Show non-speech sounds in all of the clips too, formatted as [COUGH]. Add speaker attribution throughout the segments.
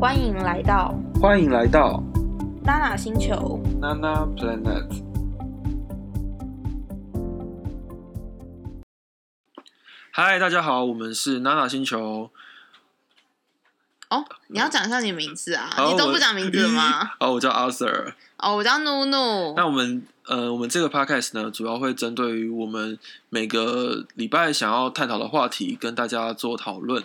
Speaker 1: 欢迎来到
Speaker 2: 欢迎来到
Speaker 1: 娜娜星球。
Speaker 2: Nana Planet。嗨，大家好，我们是 Nana 星球。
Speaker 1: 哦，你要讲一下你的名字啊？
Speaker 2: 好
Speaker 1: 你都不讲名字
Speaker 2: [LAUGHS]
Speaker 1: 吗？？
Speaker 2: 我哦，我叫 Arthur。
Speaker 1: 哦，我叫努努。
Speaker 2: 那我们呃，我们这个 podcast 呢，主要会针对于我们每个礼拜想要探讨的话题，跟大家做讨论。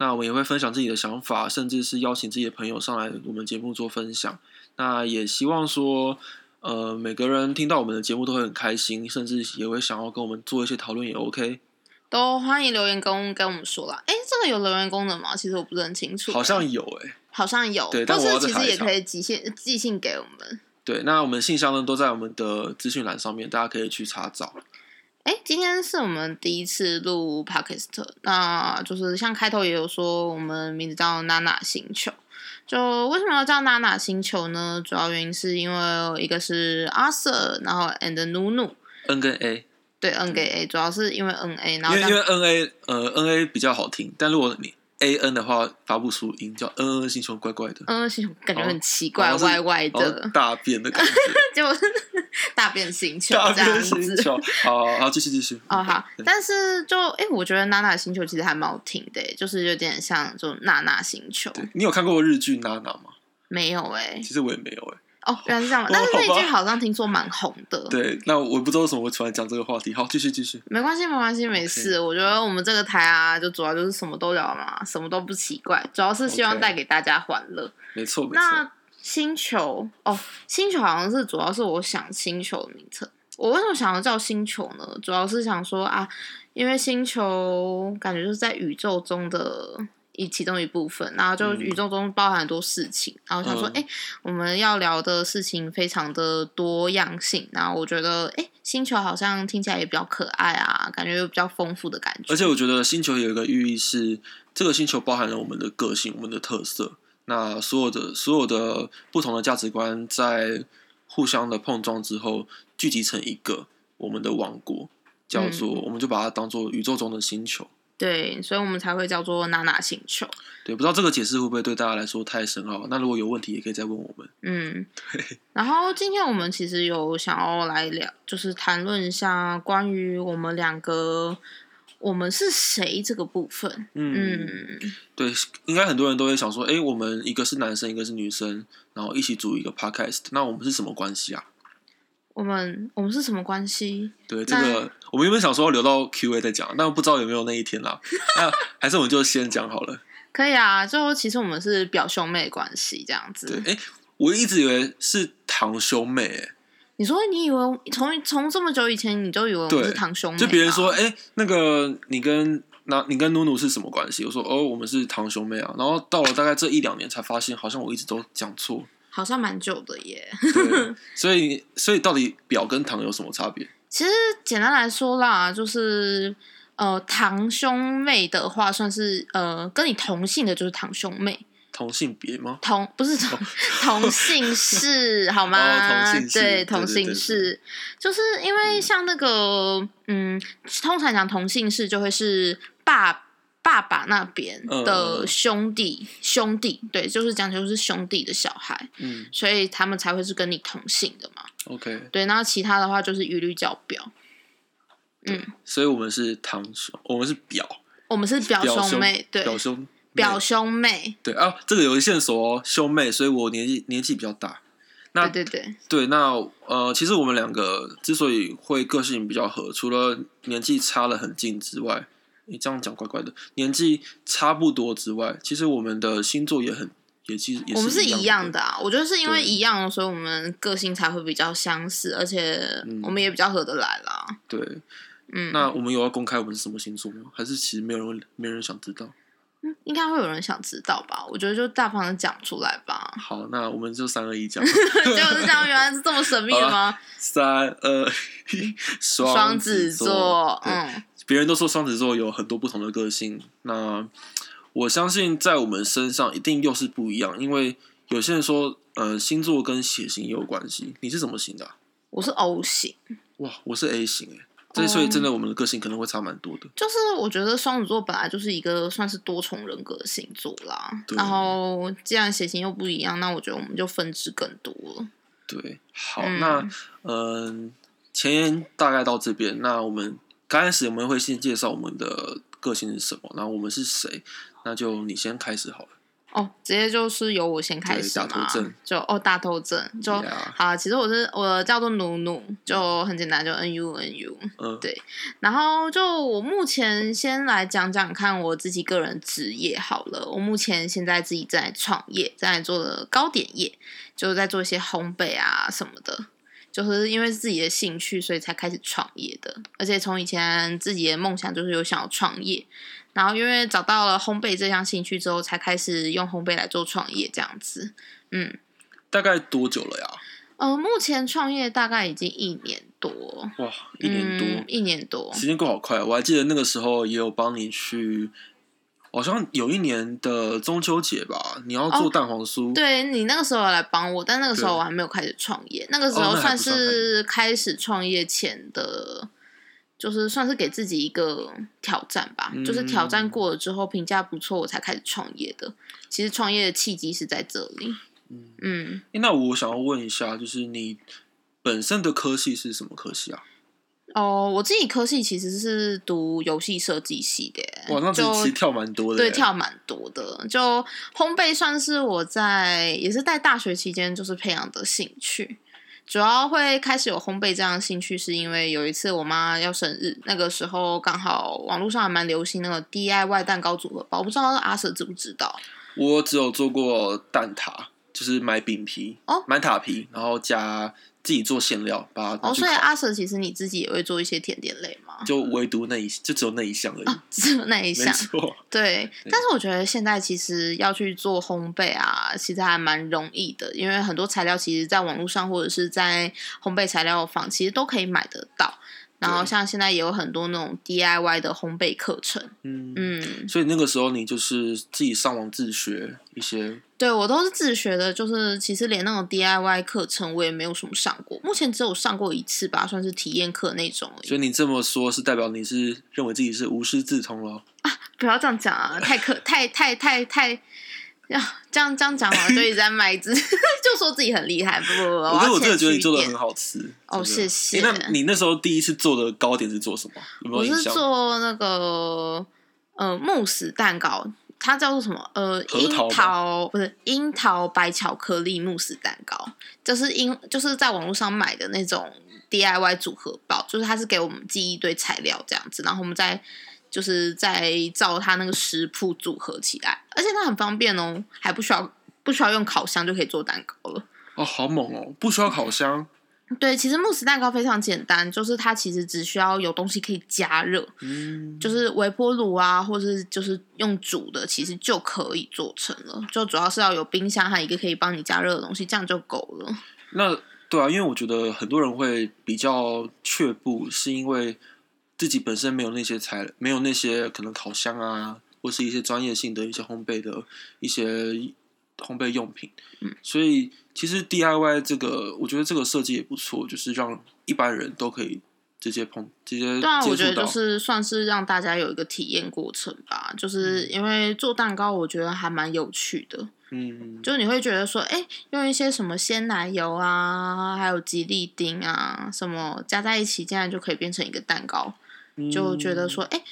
Speaker 2: 那我们也会分享自己的想法，甚至是邀请自己的朋友上来我们节目做分享。那也希望说，呃，每个人听到我们的节目都会很开心，甚至也会想要跟我们做一些讨论，也 OK。
Speaker 1: 都欢迎留言跟跟我们说啦。哎，这个有留言功能吗？其实我不是很清楚。
Speaker 2: 好像有诶、
Speaker 1: 好像有，
Speaker 2: 对
Speaker 1: 或
Speaker 2: 但我
Speaker 1: 是
Speaker 2: 要
Speaker 1: 其
Speaker 2: 再查
Speaker 1: 实
Speaker 2: 一
Speaker 1: 也
Speaker 2: 查
Speaker 1: 可以寄信寄信给我们。
Speaker 2: 对，那我们信箱呢都在我们的资讯栏上面，大家可以去查找。
Speaker 1: 哎，今天是我们第一次录 podcast，那就是像开头也有说，我们名字叫娜娜星球。就为什么要叫娜娜星球呢？主要原因是因为一个是阿 Sir，然后 and 努努，
Speaker 2: N 跟 A，
Speaker 1: 对 N 给 A，主要是因为 N A，然
Speaker 2: 因
Speaker 1: 后这
Speaker 2: 为嗯因
Speaker 1: 样
Speaker 2: 为 N A 呃 N A 比较好听，但如果你 A N 的话，发不出音，叫 N N 星球怪怪的，
Speaker 1: 嗯，星球感觉很奇怪，
Speaker 2: 好哦像是哦
Speaker 1: 歪歪
Speaker 2: 然
Speaker 1: [LAUGHS]
Speaker 2: 后
Speaker 1: 的，
Speaker 2: 大便的感觉，
Speaker 1: 结果是 [LAUGHS] 大变星球
Speaker 2: 大
Speaker 1: 这样
Speaker 2: 便星
Speaker 1: 子。
Speaker 2: 球。好，好好，继续继续。
Speaker 1: 哦，好，
Speaker 2: 对
Speaker 1: 但是就哎、我觉得娜娜星球其实还蛮好听的，就是有点像这种娜娜星球。
Speaker 2: 对你有看过日剧《娜娜》吗？
Speaker 1: 没有哎、
Speaker 2: 其实我也没有哎、
Speaker 1: 哦，原来是这样吧。
Speaker 2: 哦
Speaker 1: 但是那
Speaker 2: 好
Speaker 1: 一
Speaker 2: 吧
Speaker 1: 句好像听说蛮红的。
Speaker 2: 对，那我不知道为什么我突然讲这个话题。好，继续继续。
Speaker 1: 没关系，没关系，没事。我觉得我们这个台啊，就主要就是什么都聊嘛，什么都不奇怪，主要是希望
Speaker 2: OK
Speaker 1: 带给大家欢乐。
Speaker 2: 没错没错。
Speaker 1: 那星球哦，星球好像是主要是我想星球的名称。我为什么想要叫星球呢？主要是想说啊，因为星球感觉就是在宇宙中的一其中一部分，然后就
Speaker 2: 嗯
Speaker 1: 宇宙中包含很多事情，然后想说，
Speaker 2: 嗯
Speaker 1: 哎、我们要聊的事情非常的多样性，然后我觉得，哎、星球好像听起来也比较可爱啊，感觉有比较丰富的感觉，
Speaker 2: 而且我觉得星球有一个寓意是，这个星球包含了我们的个性、我们的特色。那所有的所有的不同的价值观在互相的碰撞之后，聚集成一个我们的王国，叫做、我们就把它当做宇宙中的星球。
Speaker 1: 对，所以我们才会叫做娜娜星球。
Speaker 2: 对，不知道这个解释会不会对大家来说太深奥？那如果有问题，也可以再问我们。 [LAUGHS]
Speaker 1: 嗯，然后今天我们其实有想要来聊，就是谈论一下关于我们两个我们是谁这个部分。嗯，
Speaker 2: 对，应该很多人都会想说，诶，我们一个是男生，一个是女生，然后一起组一个 podcast，那我们是什么关系啊？
Speaker 1: 我们我们是什么关系？
Speaker 2: 对，这个我们原本想说留到 Q&A 再讲，但不知道有没有那一天啦。 [LAUGHS] 那还是我们就先讲好了。
Speaker 1: 可以啊，就其实我们是表兄妹关系这样
Speaker 2: 对
Speaker 1: 子，。
Speaker 2: 哎、我一直以为是堂兄妹、诶
Speaker 1: 你说你以为从从这么久以前你就以为我们
Speaker 2: 对
Speaker 1: 是堂兄妹吗，
Speaker 2: 就别人说，哎、那个你跟那你跟努努是什么关系？我说，哦，我们是堂兄妹啊。然后到了大概这一两年才发现，好像我一直都讲错。
Speaker 1: 好像蛮久的耶。 [LAUGHS]
Speaker 2: 对，所以所以到底表跟堂有什么差别？
Speaker 1: 其实简单来说啦，就是呃堂兄妹的话，算是呃跟你同姓的就是堂兄妹。
Speaker 2: 同性别吗？
Speaker 1: 同不是同同姓氏好吗？
Speaker 2: 哦同姓氏
Speaker 1: 对
Speaker 2: 对嗯
Speaker 1: 同姓氏，就是因为像那个嗯，通常讲同姓氏就会是爸爸爸那边的
Speaker 2: 嗯
Speaker 1: 兄弟、兄弟，对，就是讲究是兄弟的小孩，
Speaker 2: 嗯
Speaker 1: 所以他们才会是跟你同姓的嘛。
Speaker 2: ，OK，
Speaker 1: 对，然后其他的话就是一律叫表，
Speaker 2: 所以我们是堂兄，我们是表
Speaker 1: 我们是表
Speaker 2: 表
Speaker 1: 兄
Speaker 2: 兄
Speaker 1: 妹，对，
Speaker 2: 表兄
Speaker 1: 表兄妹，
Speaker 2: 对啊，这个有一线索哦，兄妹，所以我年纪年纪比较大。那
Speaker 1: 对对对，
Speaker 2: 对，那呃，其实我们两个之所以会个性比较合，除了年纪差了很近之外，你这样讲怪怪的，年纪差不多之外，其实我们的星座也很，也其实也
Speaker 1: 我们
Speaker 2: 是
Speaker 1: 是一样
Speaker 2: 样
Speaker 1: 的啊，我觉得是因为
Speaker 2: 对
Speaker 1: 一样，所以我们个性才会比较相似，而且
Speaker 2: 嗯
Speaker 1: 我们也比较合得来啦。
Speaker 2: 的。对，
Speaker 1: 嗯，
Speaker 2: 那我们有要公开我们是什么星座吗？还是其实没有人没人想知道？。
Speaker 1: 应该会有人想知道吧？我觉得就大方的讲出来吧
Speaker 2: [LAUGHS] 好，那我们就三二一讲，
Speaker 1: 结果是这样，原来是这么神秘的吗？
Speaker 2: [LAUGHS] 三二一，双
Speaker 1: 双
Speaker 2: 子
Speaker 1: 子座，
Speaker 2: 对
Speaker 1: 嗯，
Speaker 2: 别人都说双子座有很多不同的个性，那我相信在我们身上一定又是不一样，因为有些人说，呃，星座跟血型也有关系。你是什么型的啊、
Speaker 1: 我是 O 型，
Speaker 2: 哇，我是 A 型哎、这所以真的我们的个性可能会差蛮多的。
Speaker 1: 就是我觉得双子座本来就是一个算是多重人格的星座啦，
Speaker 2: 对
Speaker 1: 然后既然血型又不一样，那我觉得我们就分支更多了。
Speaker 2: 对，好，
Speaker 1: 嗯
Speaker 2: 那嗯、前言大概到这边。那我们刚开始我们会先介绍我们的个性是什么，然后我们是谁，那就你先开始好了。
Speaker 1: 哦，直接就是由我先开始
Speaker 2: 对大
Speaker 1: 嘛
Speaker 2: 头症，
Speaker 1: 就哦大头症就
Speaker 2: Yeah
Speaker 1: 好，其实我是我叫做努努，就很简单，就 N U N U。
Speaker 2: 嗯，
Speaker 1: 对然后就我目前先来讲讲看我自己个人职业好了，我目前现在自己在创业，在做的糕点业，就是在做一些烘焙啊什么的，就是因为自己的兴趣，所以才开始创业的。而且从以前自己的梦想就是有想要创业，然后因为找到了烘焙这项兴趣之后，才开始用烘焙来做创业这样子。嗯，
Speaker 2: 大概多久了呀？
Speaker 1: 呃，目前创业大概已经一年多，
Speaker 2: 哇，一年多，
Speaker 1: 嗯一年多，
Speaker 2: 时间过好快。我还记得那个时候也有帮你去，好像有一年的中秋节吧，你要做
Speaker 1: 哦
Speaker 2: 蛋黄酥。
Speaker 1: 对你那个时候有来帮我，但那个时候
Speaker 2: 对
Speaker 1: 我还没有开始创业，那个时
Speaker 2: 哦
Speaker 1: 候
Speaker 2: 那
Speaker 1: 算
Speaker 2: 还不算
Speaker 1: 是开始创业前的，就是算是给自己一个挑战吧，
Speaker 2: 嗯
Speaker 1: 就是挑战过了之后评价不错，我才开始创业的。其实创业的契机是在这里，
Speaker 2: 嗯
Speaker 1: 嗯，
Speaker 2: 诶那我想要问一下，就是你本身的科系是什么科系啊？
Speaker 1: 哦，我自己科系其实是读游戏设计系的耶，
Speaker 2: 哇，那这
Speaker 1: 嗯就
Speaker 2: 其实跳蛮多的耶。
Speaker 1: 对，跳蛮多的。就烘焙算是我在也是在大学期间就是培养的兴趣。主要会开始有烘焙这样的兴趣，是因为有一次我妈要生日，那个时候刚好网络上还蛮流行那个 DIY 蛋糕组合包，我不知道阿舍知不知道？
Speaker 2: 我只有做过蛋挞，就是买饼皮，
Speaker 1: 哦
Speaker 2: 买塔皮，然后加自己做馅料，把它拿
Speaker 1: 哦，
Speaker 2: 去
Speaker 1: 所以
Speaker 2: 烤。
Speaker 1: 阿舍其实你自己也会做一些甜点类吗？ [LAUGHS]
Speaker 2: 就唯独那一，就只有那一项而已。
Speaker 1: 只有哦那一
Speaker 2: 没
Speaker 1: 项，
Speaker 2: 错，
Speaker 1: 对，但是我觉得现在其实要去做烘焙啊，其实还蛮容易的，因为很多材料其实在网络上或者是在烘焙材料坊，其实都可以买得到。然后
Speaker 2: 对
Speaker 1: 像现在也有很多那种 DIY 的烘焙课程，
Speaker 2: 嗯。
Speaker 1: 嗯，
Speaker 2: 所以那个时候你就是自己上网自学一些，
Speaker 1: 对我都是自学的，就是其实连那种 DIY 课程我也没有什么上过，目前只有上过一次吧，算是体验课那种而已。
Speaker 2: 所以你这么说是代表你是认为自己是无师自通咯。
Speaker 1: 不要这样讲
Speaker 2: [LAUGHS]
Speaker 1: 啊，太可太太太太，呀，这样这样讲好像就一直在卖自，就说自己 [LAUGHS] 很厉害。不不不，我
Speaker 2: 我觉得
Speaker 1: 哦
Speaker 2: 我
Speaker 1: 要
Speaker 2: 真的
Speaker 1: 谦虚
Speaker 2: 觉得
Speaker 1: 一
Speaker 2: 你做的
Speaker 1: 点
Speaker 2: 很。好吃
Speaker 1: 哦
Speaker 2: 真的
Speaker 1: 谢谢
Speaker 2: 诶那你那时候第一次做的糕点是做什么？有没有
Speaker 1: 我
Speaker 2: 印
Speaker 1: 是
Speaker 2: 象？
Speaker 1: 做那个呃慕斯蛋糕，它叫做什么？呃，
Speaker 2: 核
Speaker 1: 樱
Speaker 2: 桃吗
Speaker 1: 桃不是樱桃白巧克力慕斯蛋糕，就是樱就是在网络上买的那种 DIY 组合包，就是它是给我们寄一堆材料这样子，然后我们再。就是再照它那个食谱组合起来，而且它很方便哦，还不需要不需要用烤箱就可以做蛋糕了。
Speaker 2: 哦，好猛哦！不需要烤箱，
Speaker 1: 对，其实慕斯蛋糕非常简单，就是它其实只需要有东西可以加热，
Speaker 2: 嗯，
Speaker 1: 就是微波炉啊，或是就是用煮的，其实就可以做成了。就主要是要有冰箱和一个可以帮你加热的东西，这样就够了。
Speaker 2: 那对啊，因为我觉得很多人会比较却步，是因为自己本身没有那些材，没有那些可能烤箱啊，或是一些专业性的一些烘焙的一些烘焙用品。
Speaker 1: 嗯，
Speaker 2: 所以其实 DIY 这个，我觉得这个设计也不错，就是让一般人都可以直接碰，直接
Speaker 1: 对啊，我
Speaker 2: 接
Speaker 1: 觉
Speaker 2: 触
Speaker 1: 得
Speaker 2: 到。
Speaker 1: 就是算是让大家有一个体验过程吧。就是因为做蛋糕，我觉得还蛮有趣的。
Speaker 2: 嗯，
Speaker 1: 就是你会觉得说，哎，用一些什么鲜奶油啊，还有吉利丁啊，什么加在一起，竟然就可以变成一个蛋糕。
Speaker 2: 嗯
Speaker 1: 就觉得说，哎、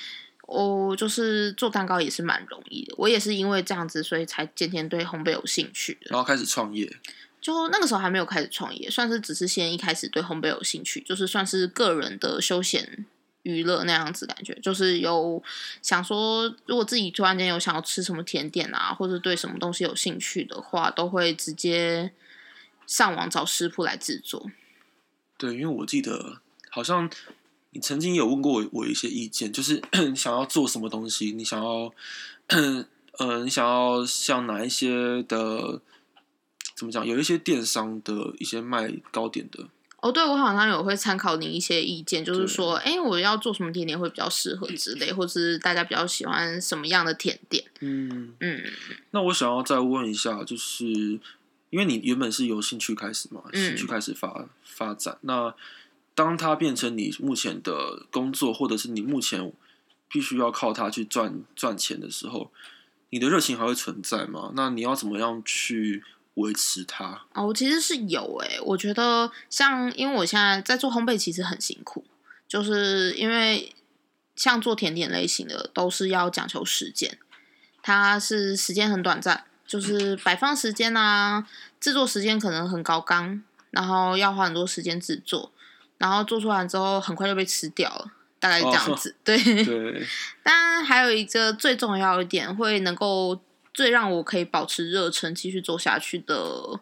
Speaker 1: 我、就是做蛋糕也是蛮容易的。我也是因为这样子，所以才渐渐对烘焙有兴趣
Speaker 2: 嗯，
Speaker 1: 的。
Speaker 2: 然后开始创业。
Speaker 1: 就那个时候还没有开始创业，算是只是先一开始对烘焙有兴趣，就是算是个人的休闲娱乐那样子感觉。就是有想说，如果自己突然间有想要吃什么甜点啊，或者对什么东西有兴趣的话，都会直接上网找食谱来制作。
Speaker 2: 对，因为我记得好像你曾经有问过我我一些意见，就是 [COUGHS] 你想要做什么东西，你想要，呃，你想要像哪一些的，怎么讲？有一些电商的一些卖糕点的，
Speaker 1: 哦，对，我好像有会参考你一些意见，就是
Speaker 2: 对
Speaker 1: 说，哎，我要做什么甜点会比较适合之类，或是大家比较喜欢什么样的甜点？
Speaker 2: 嗯，
Speaker 1: 嗯，
Speaker 2: 那我想要再问一下，就是因为你原本是由兴趣开始嘛，
Speaker 1: 嗯
Speaker 2: 兴趣开始发、发展，那当它变成你目前的工作，或者是你目前必须要靠它去赚赚钱的时候，你的热情还会存在吗？那你要怎么样去维持它？
Speaker 1: 哦，其实是有诶、我觉得像因为我现在在做烘焙，其实很辛苦，就是因为像做甜点类型的都是要讲求时间，它是时间很短暂，就是摆放时间啊，制作时间可能很高纲，然后要花很多时间制作，然后做出来之后很快就被吃掉了，大概是这样
Speaker 2: 哦
Speaker 1: 子，对。
Speaker 2: 对，
Speaker 1: 但还有一个最重要一点，会能够最让我可以保持热忱继续做下去的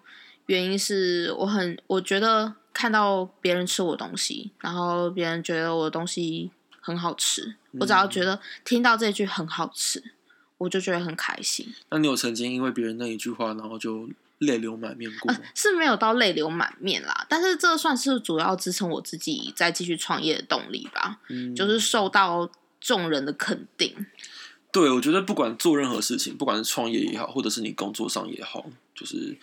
Speaker 1: 原因是，我很我觉得看到别人吃我东西，然后别人觉得我的东西很好吃，我只要觉得听到这句很好吃，我就觉得很开心，
Speaker 2: [LAUGHS] 那你有曾经因为别人那一句话，然后就泪流满面过吗？
Speaker 1: 呃是没有到泪流满面啦。但是这算是主要支撑我自己再继续创业的动力吧，
Speaker 2: 嗯，
Speaker 1: 就是受到众人的肯定。
Speaker 2: 对，我觉得不管做任何事情，不管是创业也好，或者是你工作上也好，就是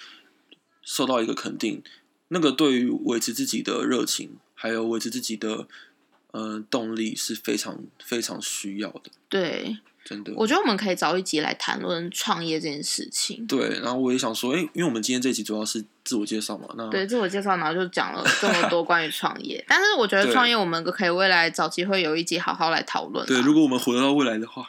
Speaker 2: 受到一个肯定，那个对于维持自己的热情，还有维持自己的嗯、呃动力是非常非常需要的，
Speaker 1: 对，
Speaker 2: 真的。
Speaker 1: 我觉得我们可以找一集来谈论创业这件事情。
Speaker 2: 对，然后我也想说，哎、因为我们今天这集主要是自我介绍嘛，那
Speaker 1: 对，自我介绍，然后就讲了这么多关于创业， [LAUGHS] 但是我觉得
Speaker 2: 对
Speaker 1: 创业我们可以未来找机会有一集好好来讨论啦。
Speaker 2: 对如果我们活到未来的
Speaker 1: [LAUGHS]
Speaker 2: 话，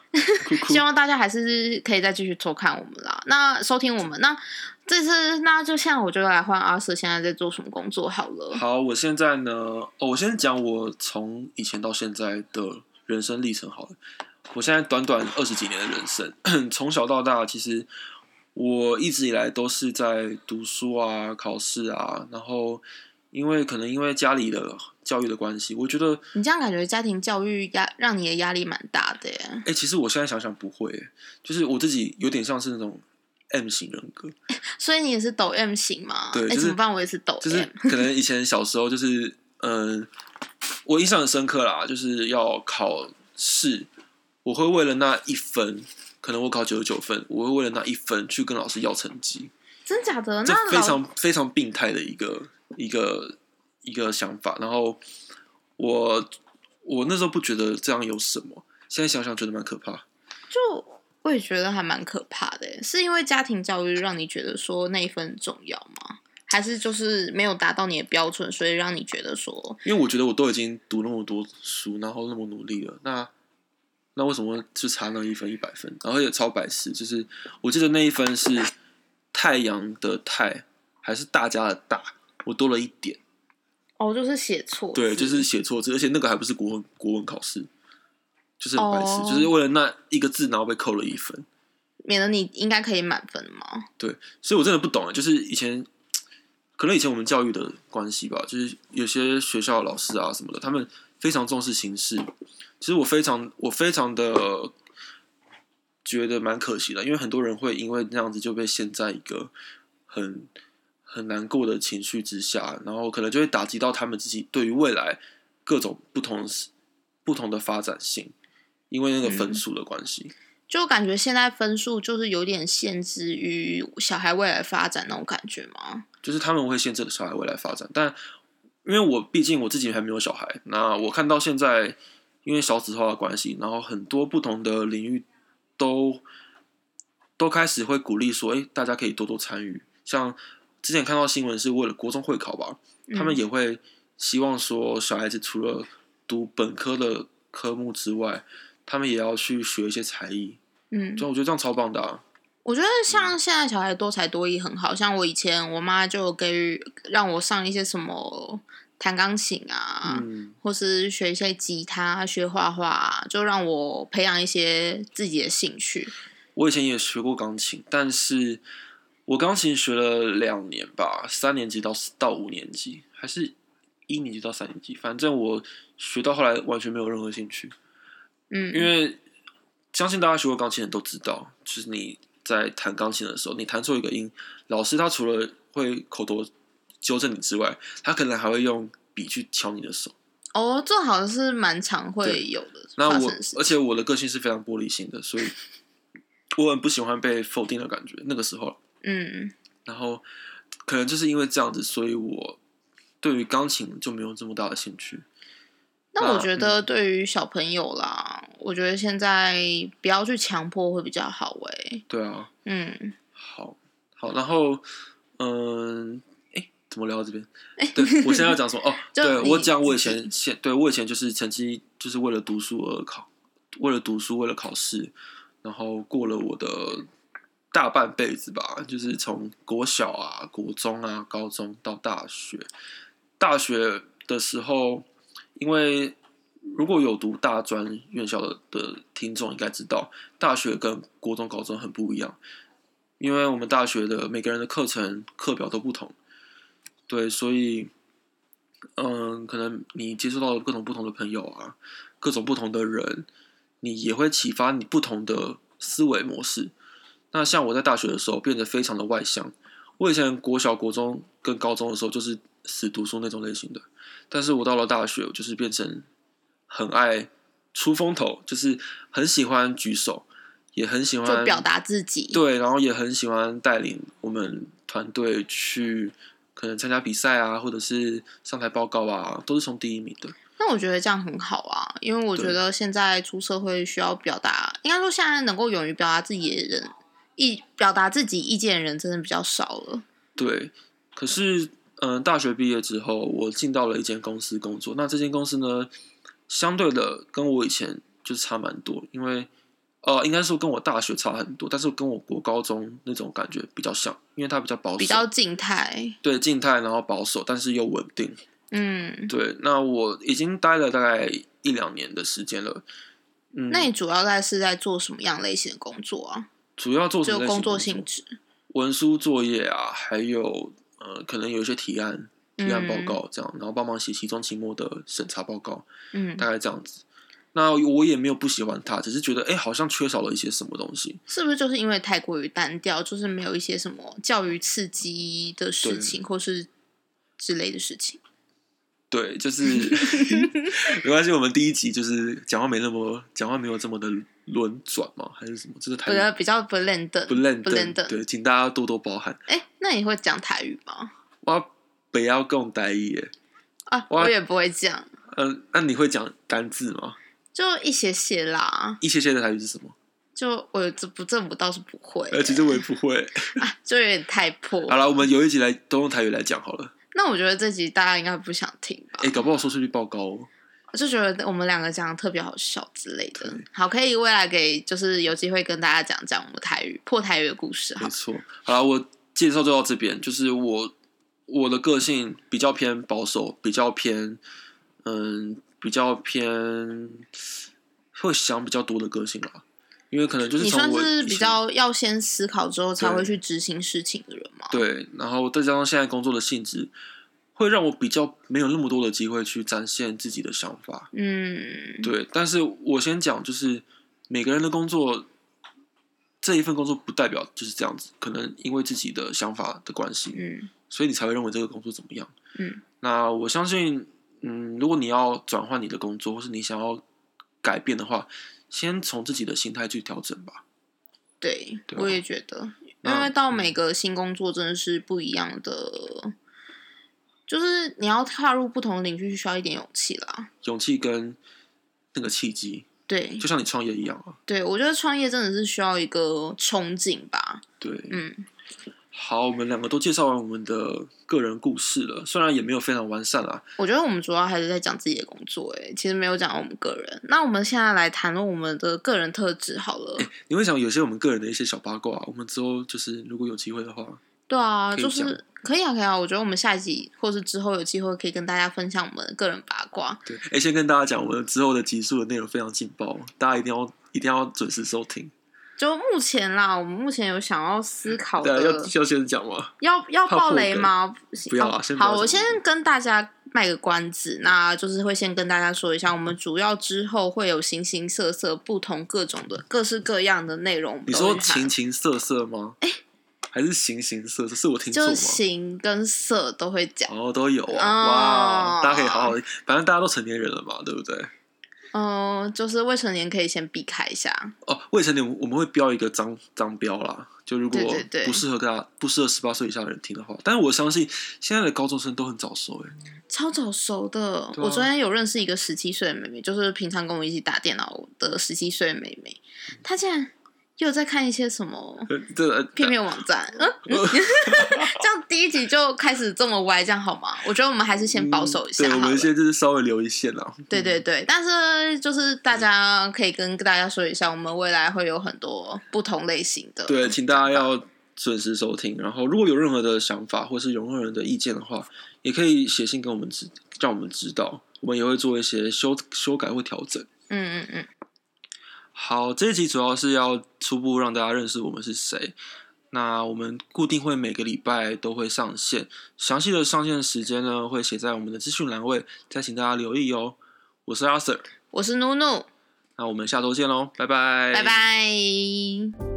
Speaker 2: 哭哭
Speaker 1: 希望大家还是可以再继续收看我们啦，那收听我们。那这次那就现在我就来换阿 Sir 现在在做什么工作好了。
Speaker 2: 好，我现在呢，哦，我先讲我从以前到现在的人生历程好了。我现在短短二十几年的人生，从小到大，其实我一直以来都是在读书啊、考试啊，然后因为可能因为家里的教育的关系，我觉得，
Speaker 1: 你这样感觉家庭教育压让你的压力蛮大的耶，
Speaker 2: 哎、其实我现在想想不会、就是我自己有点像是那种 M 型人格，
Speaker 1: 所以你也是抖 M 型吗？
Speaker 2: 对
Speaker 1: 哎、
Speaker 2: 就是
Speaker 1: 怎么办？我也是抖 M，、
Speaker 2: 就是可能以前小时候就是，嗯，我印象很深刻啦，就是要考试，我会为了那一分，可能我考九十九分，我会为了那一分去跟老师要成绩，
Speaker 1: 真假的？
Speaker 2: 这
Speaker 1: 那
Speaker 2: 非
Speaker 1: 啊老
Speaker 2: 常非常病态的一个一个一个想法。然后我我那时候不觉得这样有什么，现在想想觉得蛮可怕。
Speaker 1: 就我也觉得还蛮可怕的耶，是因为家庭教育让你觉得说那一份很重要吗？还是就是没有达到你的标准，所以让你觉得说
Speaker 2: 因为我觉得我都已经读那么多书，然后那么努力了，那那为什么就差那一分一百分？然后也超白痴，就是我记得那一分是太阳的太还是大家的大，我多了一点，
Speaker 1: 哦，就是写错字，
Speaker 2: 对，就是写错字，而且那个还不是国文国文考试，就是很白痴
Speaker 1: 哦
Speaker 2: 就是为了那一个字，然后被扣了一分。
Speaker 1: 免得你应该可以满分嘛。
Speaker 2: 对，所以我真的不懂啊，就是以前可能以前我们教育的关系吧，就是有些学校的老师啊什么的，他们非常重视形式。其实我非常我非常的觉得蛮可惜的，因为很多人会因为那样子就被陷在一个很很难过的情绪之下，然后可能就会打击到他们自己对于未来各种不同不同的发展性，因为那个分数的关系。
Speaker 1: 就感觉现在分数就是有点限制于小孩未来发展那种感觉吗？
Speaker 2: 就是他们会限制小孩未来发展，但因为我毕竟我自己还没有小孩，那我看到现在因为少子化的关系，然后很多不同的领域都都开始会鼓励说，哎、大家可以多多参与。像之前看到新闻是为了国中会考吧，他们
Speaker 1: 嗯
Speaker 2: 也会希望说，小孩子除了读本科的科目之外，他们也要去学一些才艺。
Speaker 1: 嗯，
Speaker 2: 就我觉得这样超棒的、啊，
Speaker 1: 我觉得像现在小孩多才多艺很好，像我以前我妈就有给予让我上一些什么弹钢琴啊，
Speaker 2: 嗯，
Speaker 1: 或是学一些吉他、学画画啊，就让我培养一些自己的兴趣。
Speaker 2: 我以前也学过钢琴，但是我钢琴学了两年吧，三年级到到五年级，还是一年级到三年级，反正我学到后来完全没有任何兴趣，
Speaker 1: 嗯，
Speaker 2: 因为相信大家学过钢琴的都知道，就是你在弹钢琴的时候，你弹错一个音，老师他除了会口头纠正你之外，他可能还会用笔去敲你的手。
Speaker 1: 哦，这好像是蛮常会有的
Speaker 2: 那
Speaker 1: 发生
Speaker 2: 我
Speaker 1: 的事
Speaker 2: 而且我的个性是非常玻璃心的，所以 [LAUGHS] 我很不喜欢被否定的感觉。那个时候啦。
Speaker 1: 嗯，
Speaker 2: 然后可能就是因为这样子，所以我对于钢琴就没有这么大的兴趣。
Speaker 1: 那我觉
Speaker 2: 那嗯
Speaker 1: 得对于小朋友啦，我觉得现在不要去强迫会比较好诶、
Speaker 2: 对啊，
Speaker 1: 嗯，
Speaker 2: 好，好，然后，嗯，哎，怎么聊到这边？对，我现在要讲什么？哦，
Speaker 1: [LAUGHS] 就
Speaker 2: 对
Speaker 1: 你
Speaker 2: 我讲我以
Speaker 1: 自己
Speaker 2: 前现，对我以前就是成绩就是为了读书而考，为了读书，为了考试，然后过了我的大半辈子吧，就是从国小啊、国中啊、高中到大学，大学的时候，因为如果有读大专院校的的听众应该知道，大学跟国中、高中很不一样。因为我们大学的每个人的课程课表都不同，对，所以，嗯，可能你接触到了各种不同的朋友啊，各种不同的人，你也会启发你不同的思维模式。那像我在大学的时候变得非常的外向，我以前国小、国中跟高中的时候就是死读书那种类型的，但是我到了大学，我就是变成很爱出风头，就是很喜欢举手，也很喜欢
Speaker 1: 就表达自己。
Speaker 2: 嗯对，然后也很喜欢带领我们团队去可能参加比赛啊，或者是上台报告啊，都是从第一名的。
Speaker 1: 那我觉得这样很好啊，因为我觉
Speaker 2: 对
Speaker 1: 得现在出社会需要表达，应该说现在能够勇于表达自己的人，意表达自己意见的人真的比较少了。
Speaker 2: 对，可是嗯、呃大学毕业之后，我进到了一间公司工作。那这间公司呢，相对的跟我以前就差蛮多，因为呃，应该说跟我大学差很多，但是跟我国高中那种感觉比较像，因为它比较保守，
Speaker 1: 比较静态，
Speaker 2: 对静态，然后保守，但是又稳定。
Speaker 1: 嗯，
Speaker 2: 对，那我已经待了大概一两年的时间了。嗯，
Speaker 1: 那你主要在是在做什么样类型的工作啊？
Speaker 2: 主要做什么
Speaker 1: 就
Speaker 2: 类型的
Speaker 1: 工作
Speaker 2: 性
Speaker 1: 性质，
Speaker 2: 文书作业啊，还有呃，可能有一些提案、提案报
Speaker 1: 嗯
Speaker 2: 告这样，然后帮忙写期中、期末的审查报告，
Speaker 1: 嗯，
Speaker 2: 大概这样子。那我也没有不喜欢它，只是觉得哎、诶好像缺少了一些什么东西。
Speaker 1: 是不是就是因为太过于单调，就是没有一些什么教育刺激的
Speaker 2: 对
Speaker 1: 事情，或是之类的事情？
Speaker 2: 对，就是
Speaker 1: [LAUGHS]
Speaker 2: 没关系。我们第一集就是讲话没那么讲话没有这么的轮转嘛，还是什么？就是台
Speaker 1: 我觉啊得比较 blend
Speaker 2: 不认
Speaker 1: blend
Speaker 2: 对，请大家多多包涵。
Speaker 1: 哎，那你会讲台语吗？
Speaker 2: 我不要讲台语耶。
Speaker 1: 啊，
Speaker 2: 我
Speaker 1: 我也不会讲，
Speaker 2: 嗯，那你会讲单字吗？
Speaker 1: 就一些些啦。
Speaker 2: 一些些的台语是什么？
Speaker 1: 就我这不这我倒是不会欸、
Speaker 2: 呃，其实我也不会。
Speaker 1: 啊，就有点太破。
Speaker 2: 好了，我们有一集来都用台语来讲好了。
Speaker 1: 那我觉得这集大家应该不想听吧
Speaker 2: 哎、？搞不好收视率爆高哦。
Speaker 1: 我就觉得我们两个讲的特别好笑之类的
Speaker 2: 对。
Speaker 1: 好，可以未来给就是有机会跟大家讲讲我们台语破台语的故事。好
Speaker 2: 没，错。好了，我介绍就到这边。就是我我的个性比较偏保守，比较偏嗯，比较偏会想比较多的个性啦。因为可能就是
Speaker 1: 你
Speaker 2: 从
Speaker 1: 算
Speaker 2: 我
Speaker 1: 是
Speaker 2: 以
Speaker 1: 比
Speaker 2: 前
Speaker 1: 较要先思考之后才
Speaker 2: 对
Speaker 1: 会去执行事情的人吗？
Speaker 2: 对，然后再加上现在工作的性质，会让我比较没有那么多的机会去展现自己的想法。
Speaker 1: 嗯，
Speaker 2: 对，但是我先讲，就是每个人的工作，这一份工作不代表就是这样子，可能因为自己的想法的关系，
Speaker 1: 嗯，
Speaker 2: 所以你才会认为这个工作怎么样。
Speaker 1: 嗯，
Speaker 2: 那我相信，嗯，如果你要转换你的工作，或是你想要改变的话，先从自己的心态去调整吧。
Speaker 1: 对，
Speaker 2: 对啊
Speaker 1: 我也觉得，因
Speaker 2: 那嗯
Speaker 1: 为到每个新工作真的是不一样的，就是你要踏入不同领域是需要一点勇气啦。
Speaker 2: 勇气跟那个契机，
Speaker 1: 对
Speaker 2: 就，像你创业一样啊。
Speaker 1: 对，我觉得创业真的是需要一个憧憬吧。
Speaker 2: 对，
Speaker 1: 嗯，
Speaker 2: 好，我们两个都介绍完我们的个人故事了，虽然也没有非常完善啊，
Speaker 1: 我觉得我们主要还是在讲自己的工作、欸，其实没有讲我们个人。那我们现在来谈论我们的个人特质好了。
Speaker 2: 你会想有些我们个人的一些小八卦、我们之后就是如果有机会的话，
Speaker 1: 对啊，
Speaker 2: 可以
Speaker 1: 就
Speaker 2: 讲
Speaker 1: 是可以啊，可以啊。我觉得我们下一集或是之后有机会可以跟大家分享我们的个人八卦。
Speaker 2: 对，哎，先跟大家讲，我们之后的集数的内容非常劲爆，大家一定要一定要准时收听。
Speaker 1: 就目前啦，我们目前有想要思考
Speaker 2: 对啊，
Speaker 1: 的，
Speaker 2: 要要先讲嘛，
Speaker 1: 要要
Speaker 2: 怕
Speaker 1: 爆
Speaker 2: 破
Speaker 1: 雷
Speaker 2: 梗
Speaker 1: 吗？行
Speaker 2: 不要
Speaker 1: 哦
Speaker 2: 啊先不要
Speaker 1: 好，我
Speaker 2: 讲
Speaker 1: 先跟大家卖个关子，那就是会先跟大家说一下，我们主要之后会有形形色色、不同各种的、各式各样的内容。
Speaker 2: 你说形形色色吗？还是形形色色？是我听错
Speaker 1: 就
Speaker 2: 吗？
Speaker 1: 形跟色都会讲，
Speaker 2: 哦，都有啊！
Speaker 1: 哦
Speaker 2: 哇，大家可以好好，反正大家都成年人了嘛，对不对？
Speaker 1: 嗯、就是未成年可以先避开一下。
Speaker 2: 哦，未成年我们会标一个脏脏标啦，就如果
Speaker 1: 对对对
Speaker 2: 不适合跟他不适合十八岁以下的人听的话，但是我相信现在的高中生都很早熟哎、
Speaker 1: 超早熟的，
Speaker 2: 对啊
Speaker 1: 我昨天有认识一个十七岁的妹妹，就是平常跟我一起打电脑的十七岁的妹妹，
Speaker 2: 嗯
Speaker 1: 她竟然又在看一些什么
Speaker 2: 呃这呃
Speaker 1: 片面网站，
Speaker 2: [LAUGHS]
Speaker 1: 嗯， [LAUGHS] 嗯这样第一集就开始这么歪，这样好吗？我觉得我们还是先保守一下
Speaker 2: 嗯对，我
Speaker 1: 好了
Speaker 2: 们。先就是稍微留一线啦。
Speaker 1: 对对对，但是就是大家可以跟大家说一下，我们未来会有很多不同类型的。
Speaker 2: 对，请大家要准时收听。然后，如果有任何的想法或是有任何人的意见的话，也可以写信跟我们知，让我们知道，我们也会做一些修修改或调整。
Speaker 1: 嗯嗯嗯，
Speaker 2: 好，这一集主要是要初步让大家认识我们是谁。那我们固定会每个礼拜都会上线，详细的上线时间呢会写在我们的资讯栏位，再请大家留意哦。我是阿 Sir，
Speaker 1: 我是努努，
Speaker 2: 那我们下周见喽，拜拜，
Speaker 1: 拜拜。